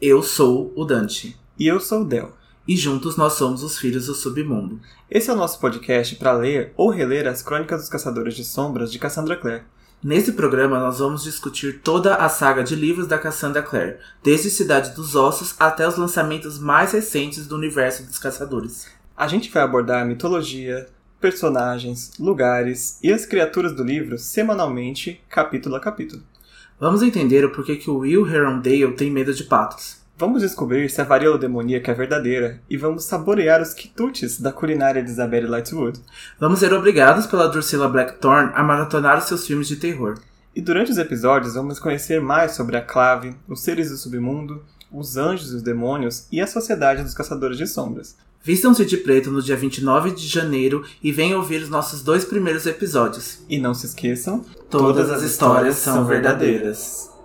Eu sou o Dante. E eu sou o Del. E juntos nós somos os Filhos do Submundo. Esse é o nosso podcast para ler ou reler as Crônicas dos Caçadores de Sombras de Cassandra Clare. Nesse programa nós vamos discutir toda a saga de livros da Cassandra Clare, desde Cidade dos Ossos até os lançamentos mais recentes do universo dos caçadores. A gente vai abordar a mitologia, personagens, lugares e as criaturas do livro semanalmente, capítulo a capítulo. Vamos entender o porquê que o Will Herondale tem medo de patos. Vamos descobrir se a varíola demoníaca é verdadeira e vamos saborear os quitutes da culinária de Isabelle Lightwood. Vamos ser obrigados pela Drusilla Blackthorne a maratonar os seus filmes de terror. E durante os episódios vamos conhecer mais sobre a clave, os seres do submundo, os anjos e os demônios e a sociedade dos caçadores de sombras. Vistam-se de preto no dia 29 de janeiro e venham ouvir os nossos dois primeiros episódios. E não se esqueçam, Todas as histórias são verdadeiras.